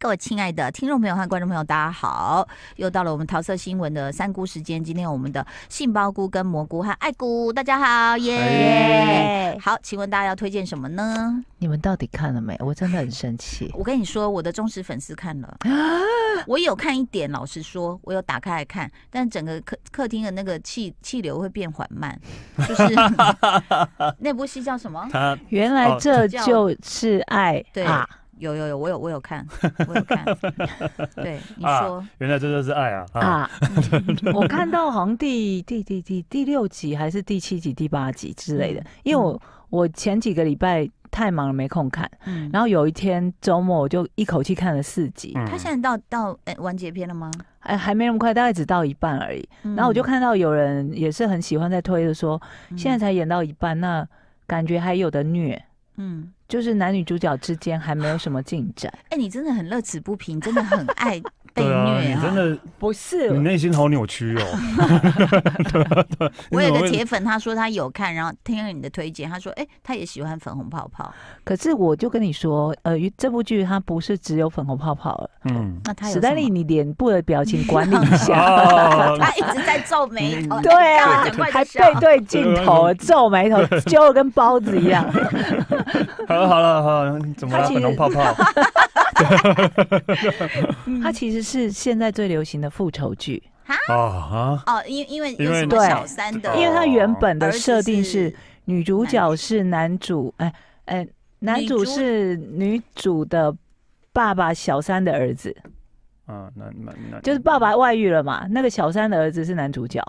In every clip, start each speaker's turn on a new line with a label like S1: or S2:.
S1: 各位亲爱的听众朋友和观众朋友，大家好！又到了我们桃色新闻的三姑时间，今天有我们的杏鲍菇、跟蘑菇和爱菇，大家好耶！好，请问大家要推荐什么呢？
S2: 你们到底看了没？我真的很生气。
S1: 我跟你说，我的忠实粉丝看了，我有看一点，老实说，我有打开来看，但整个客客厅的那个气气流会变缓慢，就是 那部戏叫什么？
S3: 他
S2: 原来
S3: 哦
S2: 这
S1: 叫
S2: 就是爱
S1: 对
S2: 啊！
S1: 有有有，我有我有看，我有看。对，你
S4: 啊
S1: 说，
S4: 原来这就是爱啊！啊，
S2: 啊！我看到好像第第第第第六集还是第七集、第八集之类的
S1: 嗯，
S2: 因为我我前几个礼拜太忙了没空看，
S1: 嗯，
S2: 然后有一天周末我就一口气看了四集，
S4: 嗯
S1: 他现在到到哎完结篇了吗？嗯
S2: 哎，还没那么快，大概只到一半而已。
S1: 然
S2: 然后我就，看到有人也是很喜欢在推的说，现在才演到一半，那感觉还有的虐，
S1: 嗯，
S2: 就是男女主角之间还没有什么进展。
S1: 哎、你真的很乐此不疲，真的很爱被
S4: 对啊，
S1: 虐
S4: 你真的，
S2: 不是
S4: 你内心好扭曲 哦。 啊
S1: 我有
S4: 你怎
S1: 个
S4: 么会
S1: 铁粉，他说他有看，然后听了你的推荐，他说，哎、他也喜欢粉红泡泡，
S2: 可是我就跟你说，呃，这部剧它不是只有粉红泡泡了。
S4: 嗯，
S1: 那他有
S2: 史丹
S1: 什
S2: 利，
S1: 么
S2: 你脸部的 表情管理一下。
S4: 哦
S1: 他一直在皱眉头，
S2: 对啊
S1: 赶快，
S2: 还
S1: 就笑
S2: 背对镜头皱眉头，揪得跟包子一样。
S4: 好了好了好了，怎么
S2: 他
S4: 了？
S2: 其
S4: 粉红
S2: 实
S4: 泡泡？
S1: 嗯
S2: 它其实是现在最流行的复仇剧，
S4: 啊啊！
S1: 哦，因因为
S4: 因
S1: 有
S4: 为
S1: 什么
S2: 对
S1: 小三的，
S2: 因为它原本的
S1: 儿子
S2: 设定是
S1: 是
S2: 女主角是男主，哎哎，男
S1: 女
S2: 主
S1: 主
S2: 是女主的爸爸小三的儿子，
S4: 嗯，那那那
S2: 就是爸爸外遇了嘛。那个小三的儿子是男主角，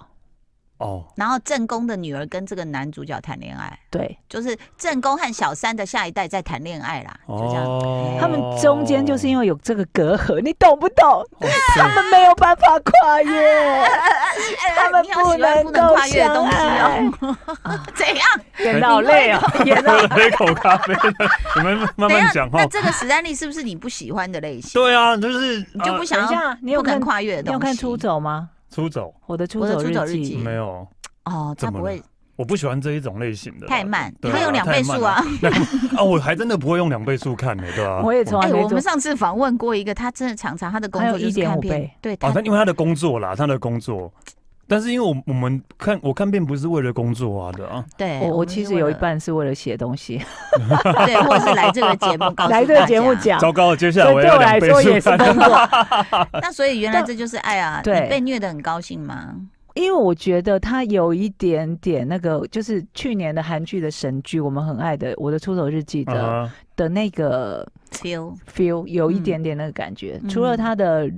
S4: 哦，
S1: 然后正宫的女儿跟这个男主角谈恋爱，
S2: 对
S1: 就是正宫和小三的下一代在谈恋爱啦，就这样。
S4: 哦
S2: 他们中间就是因
S4: 为
S2: 为有这个隔阂，你懂不懂？
S4: 哦
S2: 他们没有办法跨 越，他们
S1: 哎你好喜欢不能
S2: 不能够
S1: 跨越的东西
S2: 相
S1: 哦，怎样？
S2: 演到累啊， 演到
S4: 喝了一口咖啡，你们慢
S1: 等一
S4: 慢
S1: 下，
S4: 讲
S1: 那
S4: 哈。
S1: 这个史丹利是不是你不喜欢的类型？
S4: 对啊，就是
S1: 你就不
S4: 啊
S1: 想
S2: 等一
S1: 要
S2: 下，你
S1: 不
S2: 有
S1: 能
S2: 看
S1: 跨越的
S2: 你
S1: 东西。
S2: 有看出走吗？
S4: 出走
S2: 我的出
S1: 我的出走
S2: 走
S1: 日记
S2: 记
S4: 没有？
S1: 哦，他
S4: 怎
S1: 不
S4: 么了
S1: 会
S4: 我不喜欢这一种类型的啦，
S1: 太慢，
S4: 对啊
S1: 他有两倍数啊。
S4: 啊！我还真的不会用两倍速看呢，对啊吧？
S2: 我也从
S1: 哎、
S2: 来没
S1: 我
S2: 做
S1: 们。上次访问过一个，他真的常常他的工
S2: 还
S1: 作
S2: 有
S1: 就是看
S2: 1.5
S1: 片
S2: 倍，
S1: 对
S4: 啊，
S1: 他
S4: 他因为他的工作啦，他的工作。但是因为我我们看我看片不是为了工作啊的啊，
S1: 对，
S2: 我我
S1: 们
S2: 其
S1: 是
S2: 实
S1: 为
S2: 有一
S1: 了，
S2: 半是为了写东西，
S1: 对，或者是来这个节 目告诉
S2: 来这个节目
S1: 大家。
S2: 讲，
S4: 糟糕，接下来
S2: 这
S4: 我
S2: 对
S4: 要
S2: 我来
S4: 两倍
S2: 说也
S4: 速
S2: 是
S4: 看。
S2: 工作，
S1: 那所以原来这就是爱啊，
S2: 对
S1: 你被虐的很高兴吗？
S2: 因为我觉得它有一点点那个，就是去年的韩剧的神剧，我们很爱的《我的出走日记》的
S4: 啊，
S2: 的那个
S1: feel，
S2: feel 有一
S1: 嗯
S2: 点点那个感觉。
S1: 嗯
S2: 除了它的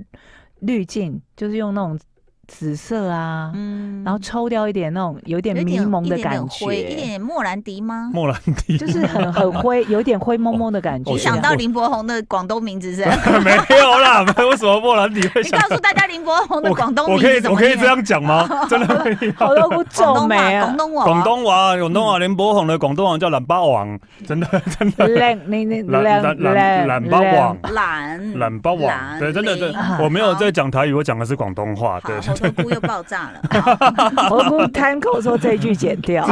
S2: 滤镜，就是用那种紫色啊，
S1: 嗯
S2: 然后抽掉一点那种有点
S1: 有一
S2: 迷
S1: 点
S2: 蒙
S1: 一
S2: 的
S1: 点
S2: 感
S1: 点
S2: 觉，
S1: 灰一点点莫兰迪吗？
S4: 莫兰迪
S2: 就是很很灰，有点灰蒙蒙的感觉。
S4: 我
S1: 你想
S4: 想
S1: 到
S4: 过
S1: 林柏宏的广东名字是？
S4: 没有啦，为什么莫兰迪会
S1: 你
S4: 想
S1: 告？诉大家林柏宏的
S4: 我
S1: 广东
S4: 我
S1: 名
S4: 可
S1: 字
S4: 以
S1: 怎
S4: 我
S1: 么
S4: 可以
S1: 念
S4: 这样讲 吗？真的可以吗？
S2: 好多菇
S1: 广
S2: 皱
S1: 东
S2: 眉
S1: 话，广！
S2: 啊
S1: 东话，
S4: 广东话，广东话，林柏宏的广东话叫懒巴王，真的
S2: 懒你你
S4: 懒懒懒懒巴王，，
S1: 懒
S4: 懒啊巴王，
S1: 懒
S4: 对，真的真的
S1: 懒
S4: 我没有在
S1: 好
S4: 讲台语，我讲的是广东话，对，
S1: 好，猴头菇又爆炸了。好
S2: 我不摊口说这一句剪掉。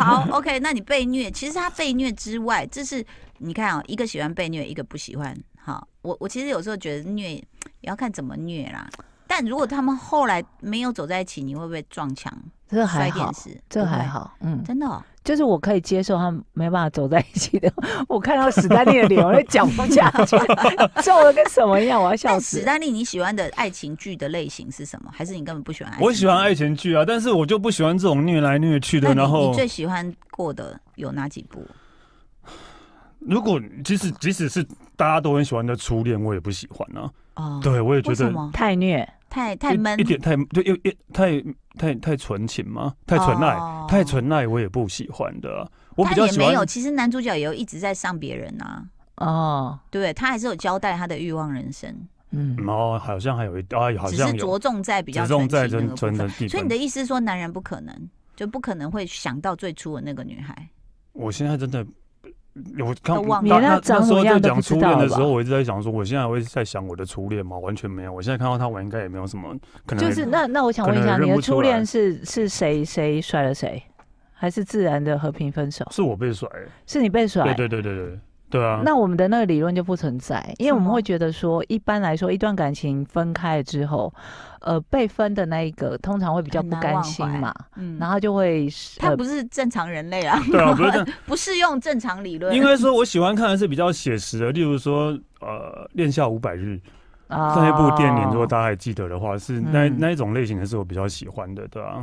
S1: 好，OK，那你被虐，其实他被虐之外，这是你看啊、一个喜欢被虐，一个不喜欢。好，我我其实有时候觉得虐也要看怎么虐啦。但如果他们后来没有走在一起，你会不会撞墙、
S2: 这
S1: 摔
S2: 还
S1: 电
S2: 好，
S1: 视？
S2: 这还
S1: 不
S2: 好，嗯
S1: 会，，真的、哦。
S2: 就是我可以接受他们没办法走在一起的。我看到史丹利的脸，我就讲不下去， 皱的跟什么一样，我要笑
S1: 但史
S2: 死。
S1: 丹利，你喜欢的爱情剧的类型是什么？还是你根本不喜欢爱情剧？
S4: 我喜欢爱情剧啊，但是我就不喜欢这种虐来虐去
S1: 那
S4: 的。
S1: 你
S4: 然后
S1: 你，最喜欢过的有哪几部？
S4: 如果即使即使是大家都很喜欢的初恋，我也不喜欢啊。
S1: 哦，
S4: 对，我也觉
S1: 为什
S4: 得
S1: 么
S2: 太虐，
S1: 太太
S4: 一
S1: 闷
S4: 一？点太就又一太太太纯情吗？太纯爱，
S1: 哦
S4: 太纯爱我也不喜欢的啊。我比
S1: 但
S4: 较
S1: 也
S4: 喜
S1: 没有，
S4: 欢
S1: 其实男主角也有一直在上别人啊，
S2: 哦，
S1: 对不对？他还是有交代他的欲望人生，
S2: 嗯，
S4: 嗯哦，好像还有一啊，好
S1: 只是
S4: 像有
S1: 着重在比较
S4: 只重在
S1: 纯情那
S4: 纯
S1: 个部分
S4: 纯的地
S1: 所以
S4: 方
S1: 你的。意思是说，男人不可能就不可能会想到最初的那个女孩？
S4: 我现在真的我看
S1: 都忘
S2: 了
S4: 那
S2: 你
S4: 那
S2: 那长
S4: 那时候
S2: 什么样都
S4: 在讲
S2: 不知
S4: 初恋
S2: 道
S4: 的时
S2: 吧
S4: 候，我一直在想说，我现在还会在想我的初恋吗？完全没有。我现在看到他，我应该也没有什么可能。
S2: 就是那那我想问一
S4: 可能
S2: 下，
S4: 认
S2: 你的
S4: 不出
S2: 初恋
S4: 来
S2: 是是谁谁甩了谁，还是自然的和平分手？
S4: 是我被甩。
S2: 是你被甩？
S4: 对对对对对对啊！
S2: 那我们的那个理论就不存在，因为我
S1: 什
S2: 们
S1: 么
S2: 会觉得说，一般来说，一段感情分开之后，呃，被分的那一个通常会比较
S1: 很
S2: 不
S1: 难
S2: 甘
S1: 忘
S2: 心
S1: 怀
S2: 嘛，
S1: 嗯，
S2: 然后呃就会
S1: 他不是正常人类啊，
S4: 对啊，不是这样，
S1: 不适用正常理论。
S4: 应该说我喜欢看的是比较写实的，例如说呃，《恋夏五百日》
S1: 哦
S2: 呃
S4: 这一部电影，如果
S2: 哦
S4: 大家还记得的话，是那
S2: 嗯
S4: 那一种类型的是我比较喜欢的，对啊。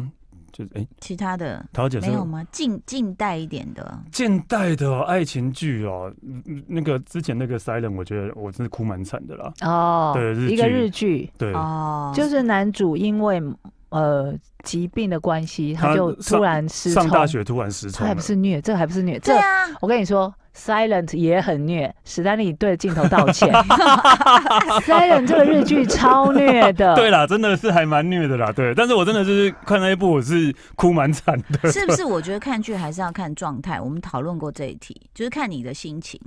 S4: 就是哎，
S1: 其他的
S4: 桃姐
S1: 没
S4: 是
S1: 有吗？近近代一点的，
S4: 近代的爱情剧哦，嗯嗯那个之前那个《Silent》，我觉得我真是哭蛮惨的啦。
S2: 哦，
S4: 对日
S2: 一个
S4: 剧
S2: 日剧，
S4: 对，
S1: 哦，
S2: 就是男主因为呃疾病的关系，他
S4: 他
S2: 就
S4: 上
S2: 突然失
S4: 上大
S2: 聪
S4: 学突然失
S2: 这
S4: 聪
S2: 还
S4: 了
S2: 不，是虐，这还不是虐，这
S1: 对啊，
S2: 我跟你说，Silent 也很虐，史丹利对着镜头 道歉。Silent 这个日剧超虐的，
S4: 对啦，真的是还蛮虐的啦，对。但是我真的就是看那一部，我是哭蛮惨 的。
S1: 是不是？我觉得看剧还是要看状态。我们讨论过这一题，就是看你的心情，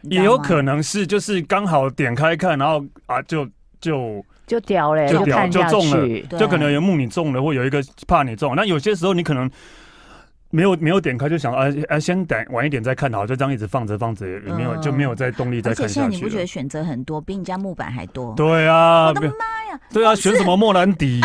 S1: 你知道
S4: 也有
S1: 吗
S4: 可能是就是刚好点开看，然后啊就就
S2: 就屌嘞，
S4: 就屌
S2: 看
S4: 就
S2: 下
S4: 中了
S2: 去。
S1: 对啊
S4: 就可能有木你中了，或有一个怕你中。那有些时候你可能没有没有点开，就想啊啊先等晚一点再看好，就这样一直放着放着，也没有、
S1: 嗯
S4: 就没有再动力再
S1: 而且
S4: 看
S1: 现在
S4: 下
S1: 你
S4: 去
S1: 不觉
S4: 了
S1: 得。哦选择很多，比你家木板还多？
S4: 对啊，
S1: 我的
S4: 没有
S1: 妈呀！
S4: 对啊，选什么莫兰 迪？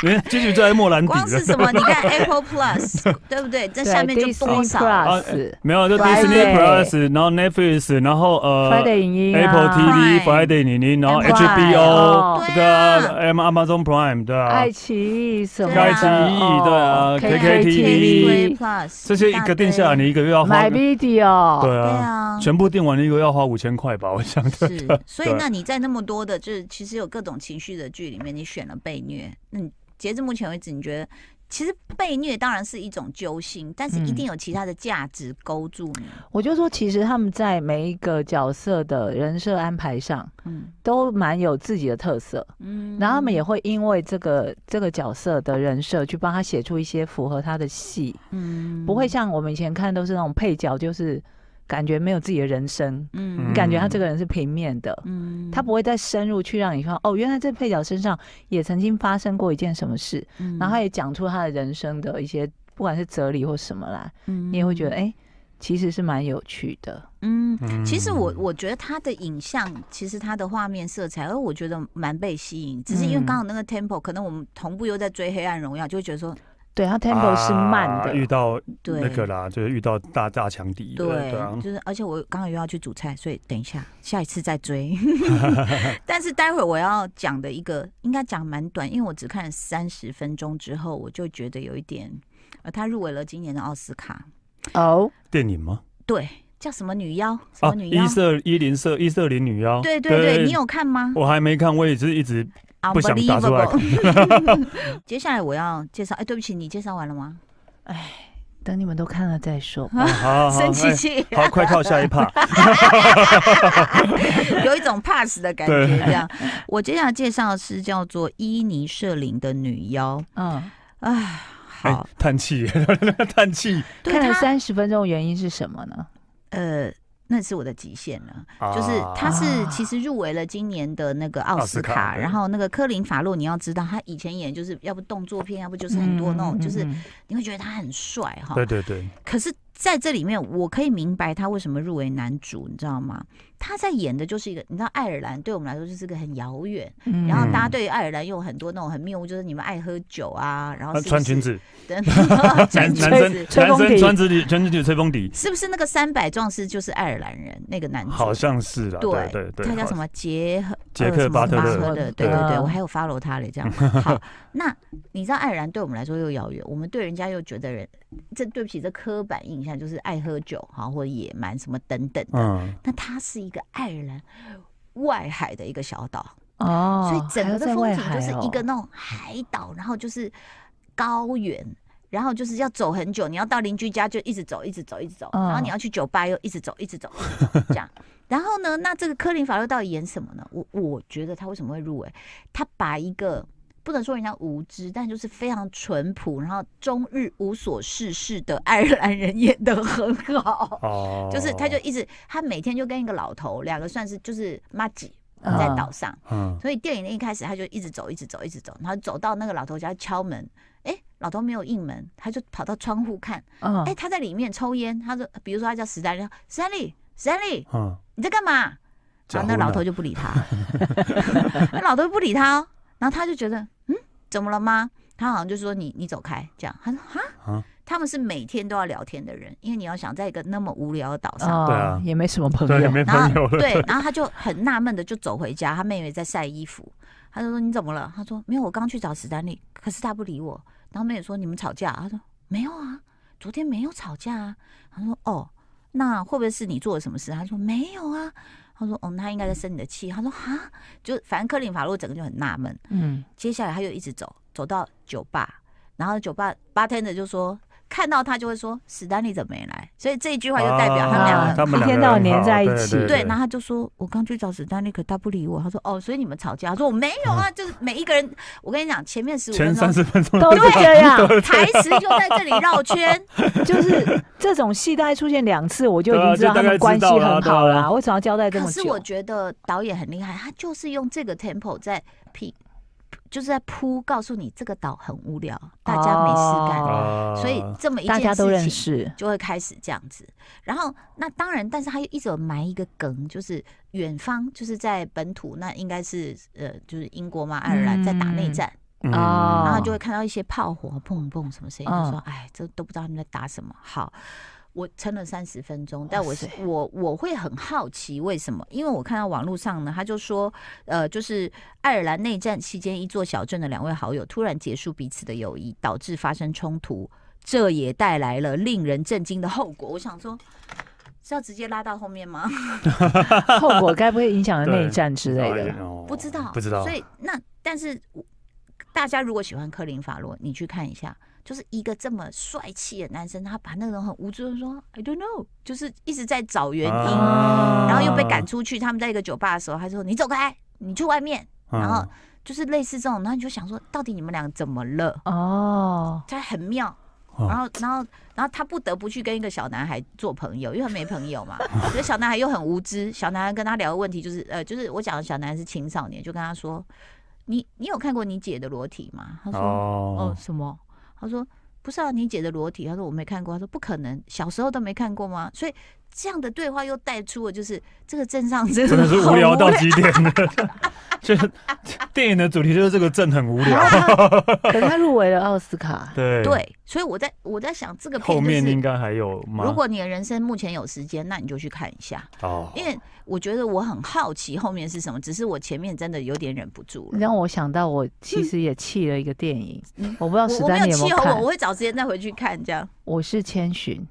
S4: 连继续在莫兰迪
S1: 光
S4: 了
S1: 是什么？你 看 Apple Plus，对不对？这
S2: 对
S1: 下面就多
S2: Disney
S1: 少？
S4: 啊
S2: Plus、
S4: 没有，就
S2: Friday
S4: Disney Plus，然后 Netflix，然后呃
S2: Friday 影音、啊、
S4: Apple TV、
S1: Prime
S4: Friday 妮妮，然后
S2: Prime，
S4: HBO，
S2: 哦
S1: 对
S4: 这个
S1: 啊哎
S4: M Amazon Prime，对啊
S2: 爱，奇艺什么的，
S1: 爱
S4: 奇艺对啊
S2: 哦
S4: KKTV
S2: KKTV
S1: Disney Plus
S4: 这些一个定下来，你一个月要花
S2: 买
S4: 个，
S2: video，
S4: 对
S1: 对
S4: 啊，
S1: 啊，
S4: 全部定完一个月要花五千块吧，我想的。
S1: 是，所以那你在那么多的，就是其实有各种情绪的剧里面，你选了被虐，那你截至目前为止，你觉得其实被虐当然是一种揪心，但是一
S2: 嗯
S1: 定有其他的价值勾住你。
S2: 我就说，其实他们在每一个角色的人设安排上
S1: 嗯
S2: 都蛮有自己的特色。
S1: 嗯
S2: 然后他们也会因为这个这个角色的人设去帮他写出一些符合他的戏，
S1: 嗯
S2: 不会像我们以前看都是那种配角，就是感觉没有自己的人生，
S1: 嗯
S2: 你感觉他这个人是平面的，
S1: 嗯
S2: 他不会再深入去让你看哦，原来这配角身上也曾经发生过一件什么事，
S1: 嗯
S2: 然后他也讲出他的人生的一些不管是哲理或什么来，
S1: 你
S2: 你也会觉得哎、其实是蛮有趣的。
S1: 嗯，
S4: 嗯
S1: 其实我我觉得他的影像，其实他的画面色彩，而我觉得蛮被吸引，只是因为
S2: 嗯
S1: 刚好那个 tempo，可能我们同步又在追《黑暗荣耀》，就会觉得说，
S2: 对他 tempo 是慢
S4: 啊遇
S2: 的，
S4: 到
S1: 对
S4: 那个啦，就是遇到大大强敌了，
S1: 对，
S4: 对啊，
S1: 就是而且我刚刚又要去煮菜，所以等一下，下一次再 追。但是待会儿我要讲的一个应该讲蛮短，因为我只看了三十分钟之后，我就觉得有一点，呃，他入围了今年的奥斯卡，
S2: 哦，
S4: 电影吗？
S1: 对，叫什么女妖，什
S4: 啊
S1: 么，女妖？
S4: 一色一零色一色零女妖，
S1: 对对对，你有看吗
S4: 哦我还没看，我也是一 直不想打出来
S1: ？Unbelievable！接下来我要介绍，哎，对不起，你介绍完了吗？
S2: 等你们都看了 再说吧。
S4: 啊好好好
S1: 生气
S4: 哎
S1: 气，
S4: 好，快跳下 一趴。
S1: 有一种 pass 的感觉。
S4: 对
S1: 这样，我接下来介绍的是叫做伊尼舍林的女妖。
S2: 嗯，
S1: 唉，
S4: 哎
S1: 好，
S4: 叹气， 叹气，
S1: 对
S2: 看了
S1: 他，
S2: 三十分钟，原因是什么呢？
S1: 呃，那是我的极限了。 就是他
S4: 啊
S1: 是其实入围了今年的那个奥斯
S4: 奥斯
S1: 卡，
S4: 卡对
S1: 然后那个科林法洛，你要知道他以前演就是要不动作片，要不就是很多那种，就是
S2: 嗯
S1: 你会觉得他很帅哈。
S4: 对对对，
S1: 可是在这里面，我可以明白他为什么入围男主，你知道吗？他在演的就是一个，你知道爱尔兰对我们来说就是个很遥远，
S2: 嗯
S1: 然后大家对于爱尔兰又有很多那种很谬误，就是你们爱喝酒啊，然后
S4: 啊
S1: 是不
S4: 穿
S1: 是
S4: 裙，子，
S1: 等
S4: 男
S1: 穿
S4: 男
S1: 裙
S4: 生
S1: 子，
S2: 吹
S4: 男
S2: 风
S4: 生
S2: 笛
S4: 穿裙子，穿裙子吹风笛，
S1: 是不是那个三百壮士就是爱尔兰人那个男主？
S4: 好像是啦，
S1: 对
S4: 对对对，
S1: 他叫什
S4: 么？
S1: 么杰和
S4: 杰
S1: 呃
S4: 克
S1: 什么
S4: 巴特
S1: 巴
S4: 勒
S1: 特勒对对
S2: 对
S1: 对，
S2: 啊
S1: 我还有 follow 他嘞，这 样好。那你知道爱尔兰对我们来说又遥远，我们对人家又觉得人，这对不起，这刻板印象就是爱喝酒哈，或者野蛮什么等等的。
S4: 嗯，
S1: 那它是一个爱尔兰外海的一个小岛，
S2: 哦，
S1: 所以整个
S2: 还要
S1: 的
S2: 在
S1: 风
S2: 外
S1: 景就
S2: 海
S1: 是
S2: 哦
S1: 一个那种海岛，然后就是高原，然后就是要走很久，你要到邻居家就一直走，一直走，一直走，
S2: 嗯
S1: 然后你要去酒吧又一直走，一直走，一直走这样。然后呢，那这个科林法洛到底演什么呢？我我觉得他为什么会入围？他把一个不能说人家无知，但就是非常淳朴，然后终日无所事事的爱尔兰人演的很好。
S4: 哦，
S1: 就是他就一直，他每天就跟一个老头，两个算是就是妈吉在岛上，
S4: 嗯，
S1: 所以电影的一开始他就一直走，一直走，一直走，然后走到那个老头家敲门，哎、老头没有应门，他就跑到窗户看，
S2: 嗯
S1: 哎、他在里面抽烟，他说，比如说他叫史丹利，史丹利，史丹利，
S4: 嗯，
S1: 你在干嘛？
S4: 假
S1: 然后
S4: 婚
S1: 啊那老
S4: 啊
S1: 头就不理他， 那老头不理他、哦，然后他就觉得，嗯，怎么了吗？他好像就说你你走开这样，他说哈
S4: 啊，
S1: 他们是每天都要聊天的人，因为你要想在一个那么无聊的岛上，
S2: 哦
S4: 对啊
S2: 也没什么朋
S4: 对，也
S2: 友，
S4: 没
S1: 然
S4: 朋友
S1: 后
S4: 了，
S1: 对，然后他就很纳闷的就走回家，他妹妹在晒衣服，他就说你怎么了？他说没有，我刚去找史丹利，可是他不理我。然后妹妹说你们吵架啊？他说没有啊，昨天没有吵架啊。他说哦，那会不会是你做了什么事？他说没有啊。他说哦，那他应该在生你的气。他说哈，就反正克林法洛整个就很纳闷。
S2: 嗯，
S1: 接下来他又一直走，走到酒吧，然后酒吧 bartender 就说。看到他就会说史丹利怎么没来，所以这一句话就代表他们两个
S4: 啊
S1: 很
S4: 他们
S2: 一
S4: 两
S2: 天
S4: 个
S2: 到晚
S4: 很
S2: 黏
S4: 好
S2: 在一起
S4: 对
S1: 对，然后他就说：“我刚去找史丹利，可他不理我。”他说：“哦，所以你们吵架？”他说：“我没有
S2: 嗯
S1: 啊，就是每一个人，我跟你讲，前面十五分
S4: 前
S1: 钟
S4: 三十分 钟
S2: 都是这样，
S1: 台词就在这里绕圈，
S2: 就是这种戏大概出现两次，我就已
S4: 对
S2: 经知道
S4: 啊就
S2: 他
S4: 大概
S2: 们关系
S4: 知道了
S2: 很好
S4: 对
S2: 啦。
S4: 啊
S2: 为什么要交代这
S1: 可
S2: 么
S1: 是
S2: 久？
S1: 我觉得导演很厉害，他就是用这个 tempo 在 p 就是在铺，告诉你这个岛很无聊，大家没事干，
S2: 哦
S4: 啊
S1: 所以这么一件
S2: 大家都认
S1: 事情
S2: 识，
S1: 就会开始这样子。然后那当然，但是他又一直有埋一个梗，就是远方就是在本土，那应该是呃就是英国嘛，爱尔兰在打内
S2: 嗯
S1: 战。
S4: 嗯
S2: 啊
S1: 然后就会看到一些炮火砰砰什么声音，就说：“哎，这都不知道他们在打什么。”好，我撑了三十分钟，但我是
S2: 哇
S1: 我我会很好奇为什么？因为我看到网络上呢，他就说，呃，就是爱尔兰内战期间，一座小镇的两位好友突然结束彼此的友谊，导致发生冲突，这也带来了令人震惊的后果。我想说。是要直接拉到后面吗？
S2: 后果该不会影响了内战之类
S4: 哎
S2: 的？
S4: 呦
S1: 不知道，
S4: 不知道，
S1: 所以那但是我大家如果喜欢科林法洛，你去看一下，就是一个这么帅气的男生，他把那种很无知的说 I don't know，就是一直在找原因，
S4: 啊
S1: 然后又被赶出去。他们在一个酒吧的时候，他就说你走开，你去外面，
S4: 嗯
S1: 然后就是类似这种，然后你就想说，到底你们俩怎么了？
S2: 哦，
S1: 他很妙。
S4: 哦
S1: 然后，然后，然后他不得不去跟一个小男孩做朋友，因为他没朋 友嘛。所以小男孩又很无知，小男孩跟他聊的问题就是，呃，就是我讲的小男孩是青少年，就跟他说，你你有看过你姐的裸体吗？他
S4: 嗯
S1: 说，哦
S4: 哦，
S1: 什么？他说不是啊，你姐的裸体。他说我没看过。他说不可能，小时候都没看过吗？所以这样的对话又带出了，就是这个镇上真的
S4: 真的是
S1: 好
S4: 无聊到极点了。 就是电影的主题就是这个镇很无聊，，
S2: 可是他入围了奥斯卡
S4: 对，
S1: 啊对，所以我在我在想这个片
S4: 后面
S1: 就是
S4: 应该还有吗？
S1: 如果你的人生目前有时间，那你就去看一下，
S4: 哦，
S1: 因为我觉得我很好奇后面是什么，只是我前面真的有点忍不住了。
S2: 让我想到我其实也弃了一个电影，我不知道
S1: 嗯
S2: 史
S1: 我我没
S2: 丹
S1: 有
S2: 尼有没
S1: 气
S2: 有
S1: 候
S2: 看
S1: 我，我，会找时间再回去看。这样，
S2: 我是千寻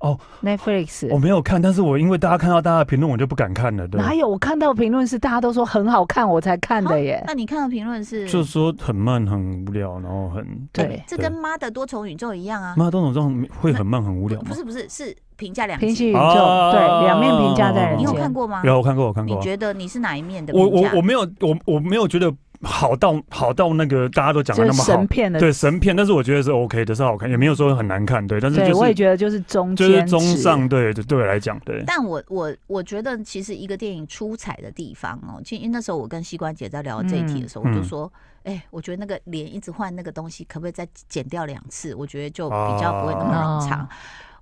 S4: 哦我
S2: ，Netflix。
S4: 没有看，但是我因为大家看到大家的评论，我就不敢看了，对，
S2: 哪有？我看到评论是大家都说很好看，我才看的耶。
S1: 那你看的评论是，
S4: 就说很慢、很无聊，然后很
S2: 对，
S1: 这跟《妈的多重宇宙》一样啊？
S4: 妈都懂这种会很慢、很无聊
S1: 不
S4: 吗？
S1: 是不是，是评价两
S2: 平
S1: 极。
S2: 行宇宙，
S4: 哦
S2: 对，两啊面评价在人
S1: 你有看
S2: 间。
S1: 过吗？
S4: 有我看过，我看
S1: 你
S4: 过。啊
S1: 觉得你是哪一面的
S4: 我
S1: 评价
S4: 我我没有我我没有觉得好到好到那个大家都讲的
S2: 就
S4: 那
S2: 是
S4: 么
S2: 神
S4: 好，
S2: 片的，
S4: 对神片，但是我觉得是 OK 的，是好看，也没有说很难看，对，但是
S2: 对，
S4: 就
S2: 我也
S4: 是
S2: 觉得就是中
S4: 就
S2: 间
S4: 是中
S2: 值
S4: 上，对对对我来讲，对，
S1: 但我我我觉得，其实一个电影出彩的地方哦，其实因为那时候我跟膝关节在聊这一题的时候，
S4: 嗯
S1: 我就
S4: 嗯
S1: 说，哎、我觉得那个脸一直换那个东西，可不可以再剪掉两次？我觉得就比较不会那么冗长。
S2: 哦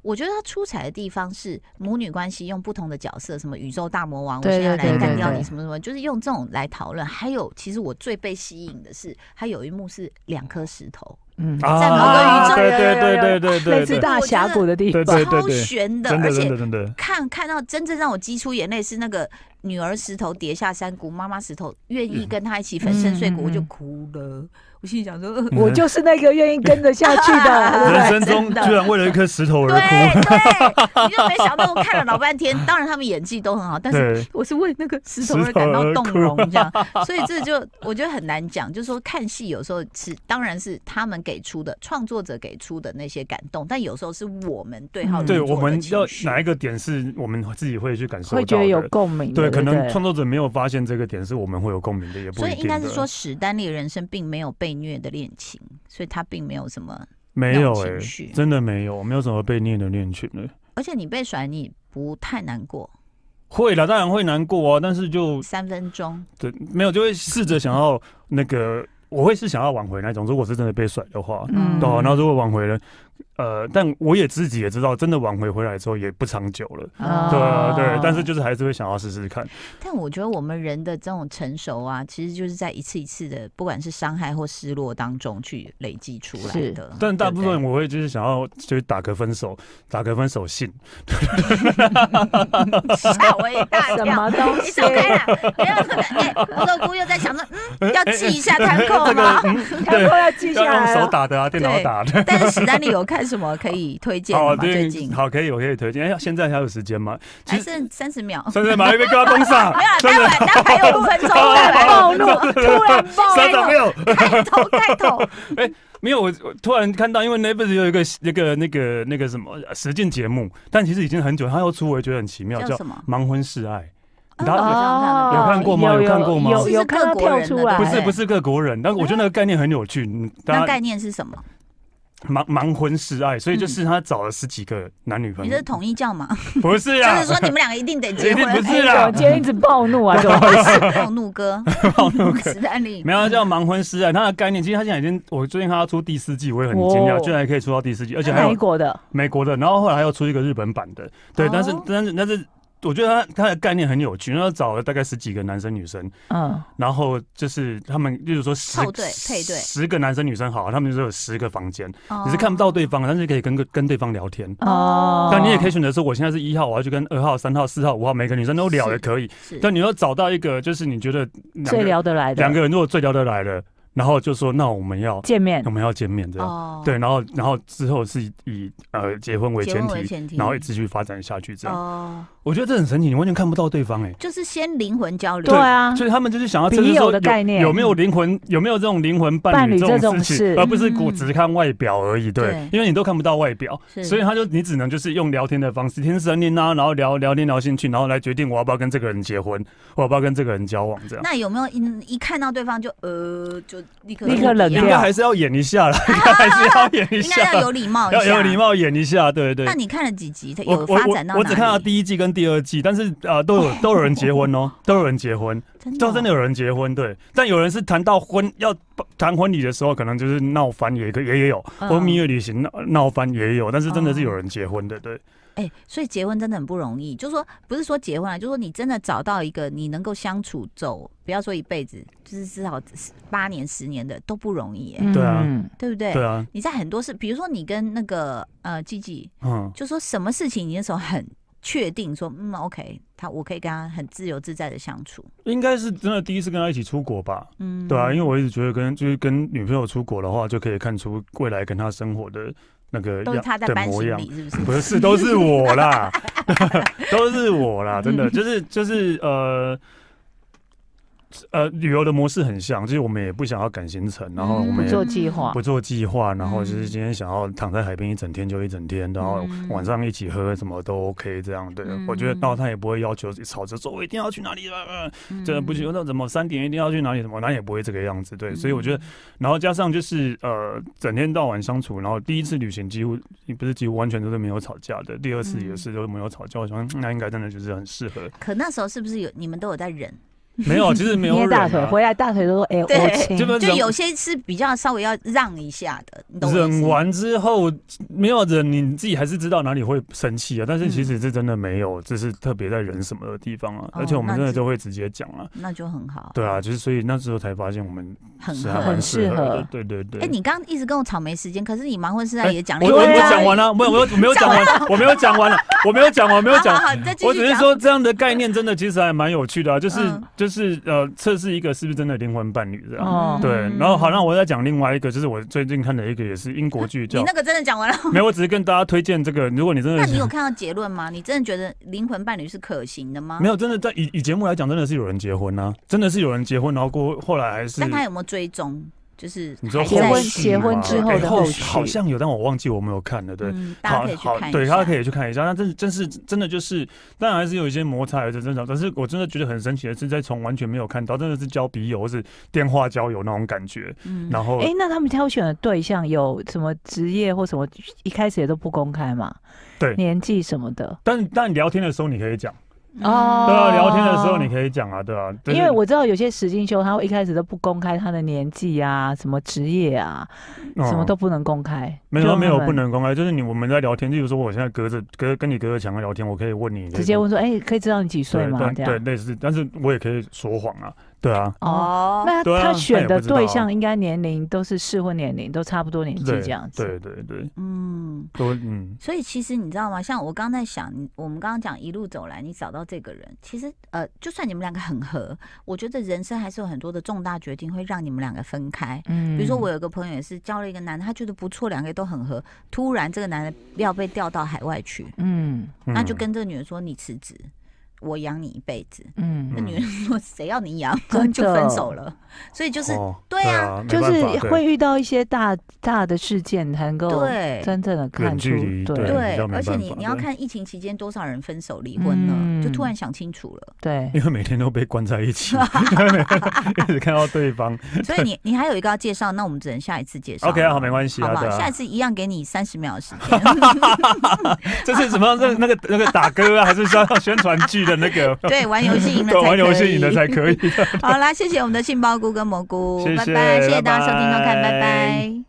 S1: 我觉得它出彩的地方是母女关系，用不同的角色，什么宇宙大魔王，
S2: 对
S1: 我现在
S2: 对
S1: 来
S4: 对
S1: 干
S4: 对
S1: 掉
S2: 对
S1: 你，什么什么，就是用这种来讨论。还有，其实我最被吸引的是，它有一幕是两颗石头，
S2: 嗯，
S1: 在某个宇宙
S4: 对对
S2: 有有有有
S4: 对对对
S2: 类
S4: 啊对
S2: 似
S4: 对，
S2: 大峡谷的地方
S4: 对。对对
S1: 超
S4: 对
S1: 悬的，
S4: 真的
S1: 而且
S4: 真的真的，
S1: 看看到真正让我激出眼泪是那个
S4: 嗯
S1: 女儿石头跌下山谷，妈妈石头愿意跟她一起粉身碎骨，
S2: 嗯嗯嗯
S1: 我就哭了。我心里想说，呃
S4: 嗯
S2: 我就是那个愿意跟着下去 的，对不对？
S4: 人生中
S1: 真的
S4: 居然为了一颗石头而
S1: 对
S4: 哭，
S1: 对，你就没想到我看了老半天。当然他们演技都很好，但是
S4: 对，
S1: 我是为那个石头而
S4: 石头
S1: 感到
S4: 而
S1: 动
S4: 哭
S1: 容，这样，所以这就我觉得很难讲。就是说看戏有时候是，当然是他们给出的创作者给出的那些感动，但有时候是我们对号
S2: 嗯
S1: 入
S4: 对，
S1: 座
S4: 我们
S1: 的情
S4: 要
S1: 绪
S4: 哪一个点是我们自己会去感受到
S2: 会
S4: 的？
S2: 觉得有共鸣的，
S4: 对，
S2: 不
S4: 可能创作者没有发现这个点是我们会有共鸣的，也不
S1: 所
S4: 一定
S1: 以
S4: 的。
S1: 应该是说，史丹利的人生并没有被虐的恋情，所以他并没有什么。
S4: 没有哎、
S1: 情绪
S4: 真的没有，没有什么被虐的恋情哎、
S1: 而且你被甩，你不太难过，
S4: 会啦，当然会难过啊，但是就
S1: 三分钟。
S4: 对，没有就会试着想要那个，我会是想要挽回那种。如果是真的被甩的话，
S2: 嗯
S4: 对、啊，那如果挽回了，呃，但我也自己也知道，真的挽回回来之后也不长久了。
S2: 啊
S4: 对啊，
S2: 哦
S4: 对，但是就是还是会想要试试看。
S1: 但我觉得我们人的这种成熟啊，其实就是在一次一次的，不管是伤害或失落当中去累积出来
S2: 是
S1: 的。
S4: 但大
S1: 对
S4: 部
S1: 不
S4: 分
S1: 对
S4: 我会就是想要就是打个分手，打个分手信。
S1: 吓我一大
S2: 什
S1: 跳。
S2: 么东
S1: 你
S2: 西
S1: 走？开啦！不要这个，哎、我豆姑又在想着， 嗯，要记一下摊扣
S4: 哎这个
S1: 吗？
S4: 嗯
S2: 然
S4: 对
S2: 后，要记下
S4: 要用
S2: 来
S4: 手
S2: 了。
S4: 打的啊，电脑打 的。
S1: 但是史丹利有看什么可以推荐的
S4: 好，
S1: 吗？最
S4: 对，
S1: 近
S4: 好，可以，我可以推荐。哎，现在还有时间吗？其
S1: 还
S4: 实
S1: 剩三十秒，
S4: 三三马上被告东上
S1: 没，有啦，啊待会待会还有五分 钟，
S2: 突
S1: 待会
S2: 然
S1: 还有
S2: 暴
S1: 五
S2: 怒
S1: 分钟，
S2: 突然暴
S4: 三
S2: 怒
S4: 三没，有，
S1: 开 头开头，
S4: 没有。我我突然看到，因为 Netflix 有一个那个那个那个什么呃实践节目，但其实已经很久，它又出，我也觉得很奇妙，
S1: 叫
S4: 叫《
S1: 什么？
S4: 盲婚试爱
S1: 哦
S4: 然后
S1: 有
S4: 看过吗
S2: 有
S4: 有看过吗
S2: 哦有
S1: 是
S2: 有
S1: 是
S2: 看到
S1: 各国
S2: 跳
S1: 人的
S2: 出
S1: 对》，
S2: 来，
S4: 不是不是各国人，但是我觉得那个概念很有趣。嗯
S1: 哦那
S4: 大家
S1: 概念是什么？
S4: 盲盲婚试爱，所以就是他找了十几个男女朋
S1: 你
S4: 友
S1: 这是，统一教嘛？
S4: 不是
S1: 嗯 就
S4: 啊
S1: 是，说你们两个一定得结
S4: 一定
S1: 婚哎
S4: 不。
S2: 哎
S4: 是啊
S2: 我
S4: 啦，
S2: 今天一直暴怒 啊，怎么？
S1: 暴怒哥， 史丹利，
S4: 没有，它叫盲婚试爱，它的概念其实它现在已经，我最近看它出第四季，我也很惊讶，
S2: 哦
S4: 居然还可以出到第四季，而且还
S2: 哪一
S4: 有
S2: 国的？
S4: 美国的，然后后来还有出一个日本版的，对，
S1: 哦
S4: 但是但是但是，我觉得它它的概念很有趣，然后找了大概十几个男生女生，
S2: 嗯，
S4: 然后就是他们，例如说十
S1: 凑对配对
S4: 十个男生女生好，他们就有十个房间，
S1: 哦
S4: 你是看不到对方，但是可以跟个跟对方聊天。
S2: 哦，
S4: 但你也可以选择说，我现在是一号，我要去跟二号、三号、四号、五号每个女生都聊也可以。
S1: 是
S4: 但你要找到一个，就是你觉得两个
S2: 最聊得来的
S4: 两个人如果最聊得来了，然后就说那我们要
S2: 见面
S4: 我，们要见面这样，
S1: 哦
S4: 对，然后然后之后是以以呃结婚为
S1: 结
S4: 前
S1: 婚为
S4: 提，
S1: 前提，
S4: 然后继续发展下去这样。
S1: 哦，
S4: 我觉得这很神奇，你完全看不到对方哎、
S1: 就是先灵魂交流，
S2: 对啊，
S4: 所以他们就是想要
S2: 笔
S4: 测试
S2: 友
S4: 说
S2: 的概念
S4: 有没有灵魂，有没有这种灵魂伴
S2: 伴
S4: 侣
S2: 侣
S4: 这
S2: 这种
S4: 事
S2: 事
S4: 情，而不是我
S1: 嗯
S4: 只看外表而已。对
S1: 对，
S4: 因为你都看不到外表，
S1: 是
S4: 所以他就你只能就是用聊天的方式，天时天啊，然后聊聊天聊兴趣，然后来决定我要不要跟这个人结婚，我要不要跟这个人交往这样。
S1: 那有没有一一看到对方就呃就立刻
S2: 立刻冷
S4: 应该
S2: 掉
S4: 还是要演一下啦，应该还是要演一
S1: 应该
S4: 下
S1: 要。有礼貌，
S4: 要有礼。貌演一下，对对
S1: 那。你看了几集？它
S4: 我
S1: 有
S4: 我
S1: 发展到
S4: 我我只看到
S1: 一，
S4: 第一季跟第二季，但是呃都有都有人结婚哦，都有人结婚，
S1: 真的
S4: 都
S1: 哦
S4: 真的有人结婚，对。但有人是谈到婚要谈婚礼的时候，可能就是闹翻也可也也有，
S1: 嗯
S4: 或蜜月旅行闹闹翻也有，但是真的是
S1: 哦
S4: 有人结婚的，对。
S1: 哎、所以结婚真的很不容易。就说不是说结婚啊，就说你真的找到一个你能够相处走，不要说一辈子，就是至少八年、十年的都不容易、哎，
S2: 嗯
S4: 对啊
S1: 对不对？
S4: 对啊，
S1: 你在很多事，比如说你跟那个呃季季，
S4: 嗯，
S1: 就说什么事情你那时候很确定说，嗯，OK，他我可以跟他很自由自在的相处，
S4: 应该是真的第一次跟他一起出国吧，
S1: 嗯，
S4: 对啊，因为我一直觉得跟就是跟女朋友出国的话，就可以看出未来跟他生活的那个
S1: 都是
S4: 样
S1: 他在
S4: 的
S1: 搬
S4: 模
S1: 行
S4: 样。
S1: 李，是不是？
S4: 不是，都是 我啦， 都是我啦，真的，就是就是呃。呃，旅游的模式很像，就是我们也不想要赶行程， 然后我
S2: 不
S1: 嗯
S4: 们也
S2: 做计划
S4: 不做计划，然后就是今天想要躺在海边一整天就一整天，然后
S1: 嗯
S4: 晚上一起喝什么都 OK 这样对，
S1: 嗯
S4: 我觉得，然后他也不会要求吵着说我一定要去哪里呃了，
S1: 嗯
S4: 这不行，那怎么三点一定要去哪里什么，那也不会这个样子对，所以我觉得
S1: 嗯
S4: 然后加上就是呃，整天到晚相处，然后第一次旅行几乎不是几乎完全都是没有吵架的，第二次也是都没有吵架，我想嗯那应该真的就是很适合。
S1: 可那时候是不是有你们都有在忍？
S4: 没有，其实没有
S2: 捏
S4: 忍、
S2: 大腿，
S4: 啊。
S2: 回来大腿都说哎，
S1: 对
S2: 我亲
S4: 基，本
S1: 就
S4: 忍
S1: 有些是比较稍微要让一下的，你懂我意思
S4: 忍
S1: 吗
S4: 完之后没有忍，你自己还是知道哪里会生气啊。但是其实这真的没有，这是特别在忍什么的地方啊。
S1: 嗯哦
S4: 而且我们
S1: 那哦
S4: 真的
S1: 你
S4: 就会直接讲啊。
S1: 那就很好。
S4: 对啊，就是所以那时候才发现我们
S1: 很
S4: 是还
S1: 合
S4: 蛮适
S2: 很
S4: 合
S2: 适
S4: 的
S2: 合。
S4: 对对对。
S1: 哎、你刚刚一直跟我吵没时间，可是你忙婚是在
S4: 哎
S1: 也讲了
S4: 我
S1: 一
S4: 我
S1: 个
S4: 我
S2: 对 啊
S4: 讲完了，没有我我没有讲完，我没有讲完了。啊我没有讲，我没有讲
S1: 好，好，你再继续
S4: 我只是
S1: 讲
S4: 说这样的概念真的其实还蛮有趣的啊，就是、
S1: 嗯
S4: 就是呃，测试一个是不是真的灵魂伴侣这样。
S2: 哦
S4: 对，
S1: 嗯
S4: 然后好，那我再讲另外一个，就是我最近看的一个也是英国剧
S1: 你
S4: 叫
S1: 那个真的讲完 了。
S4: 没有，我只是跟大家推荐这个。如果你真的
S1: 那你有看到结论吗？你真的觉得灵魂伴侣是可行的吗
S4: 没？有，真的在以以节目来讲，真的是有人结婚啊，真的是有人结婚，然后过后来还是
S1: 但他有没有追踪？就是
S4: 你说
S1: 还在
S2: 结婚
S4: 续
S2: 结婚
S4: 吗
S2: 之后的
S4: 哎
S2: 后
S4: 续
S2: 续
S4: 好像有，但我忘记我没有看了。对，
S1: 嗯大家
S4: 好
S1: 可以去
S4: 好，
S1: 看一下。
S4: 对，大家可以去看一下。那真真是真的就是，当然还是有一些摩擦，还是正常。但是我真的觉得很神奇的是，在从完全没有看到，真的是交笔友或是电话交友那种感觉。
S1: 嗯
S4: 然后
S2: 哎、那他们挑选的对象有什么职业或什么？一开始也都不公开嘛，
S4: 对
S2: 年纪什么的。
S4: 但但聊天的时候你可以讲，
S2: 哦
S4: 对啊，聊天的时候你可以讲啊，对啊，就是
S2: 因为我知道有些实境秀，他会一开始都不公开他的年纪啊，什么职业啊，
S4: 嗯
S2: 什么都不能公开。
S4: 没
S2: 就
S4: 有
S2: 让
S4: 没有
S2: 他们
S4: 不能公开，就是你我们在聊天，例如说我现在隔着隔跟你隔着墙在聊天，我可以问你
S2: 直接问说，哎、可以知道你几岁
S4: 对
S2: 吗？这
S4: 对对
S2: 样。
S4: 类似，但是我也可以说谎啊，对啊，
S2: 哦，
S1: 哦，
S2: 那
S4: 对啊
S2: 他选
S4: 那也
S2: 的
S4: 不知道啊
S2: 对象应该年龄都是适婚年龄，都差不多年纪
S4: 对
S2: 这样子。
S4: 对对对，
S1: 嗯，
S4: 都嗯
S1: 所以其实你知道吗？像我刚在想，你我们刚刚讲一路走来，你找到这个人，其实呃，就算你们两个很合，我觉得人生还是有很多的重大决定会让你们两个分开。
S2: 嗯
S1: 比如说，我有个朋友也是交了一个男的，他觉得不错，两个都很合。突然，这个男的要被调到海外去，
S2: 嗯
S4: 嗯
S1: 那就跟这个女人说：“你辞职，我养你一辈子。”
S2: 嗯
S1: 那女人说：“谁要你养？”
S2: 真的
S1: 就分手了。所以就是
S4: 哦
S1: 对啊
S4: 没
S2: 就
S4: 办
S2: 是
S4: 法对
S2: 会遇到一些大大的事件，才能够
S1: 对
S2: 真正的看
S4: 远
S2: 出
S4: 距离对
S1: 对
S4: 比较，没
S1: 而且
S4: 办
S1: 你
S4: 法
S1: 你要
S4: 对
S1: 看疫情期间多少人分手离婚
S2: 嗯
S1: 了，就突然想清楚了。
S2: 对
S4: 因为每天都被关在 一起，一直看到对方。
S1: 所以你你还有一个要介绍，那我们只能下一次介绍了。
S4: OK 啊，好，没关系
S1: 好
S4: 啊，
S1: 不
S4: 对
S1: 好？下
S4: 啊
S1: 一。次一样给你三十秒的时 间。
S4: 这是什么？那那个那个打歌啊，还是像宣传剧的那个？
S1: 对，玩游戏赢了才
S4: 对，玩游
S1: 可
S4: 戏
S1: 以
S4: 赢了才可以。
S1: 好啦，谢谢我们的杏鲍菇跟蘑菇，
S4: 谢谢
S1: 拜拜，谢谢大家收听收看，
S4: 拜拜
S1: 拜拜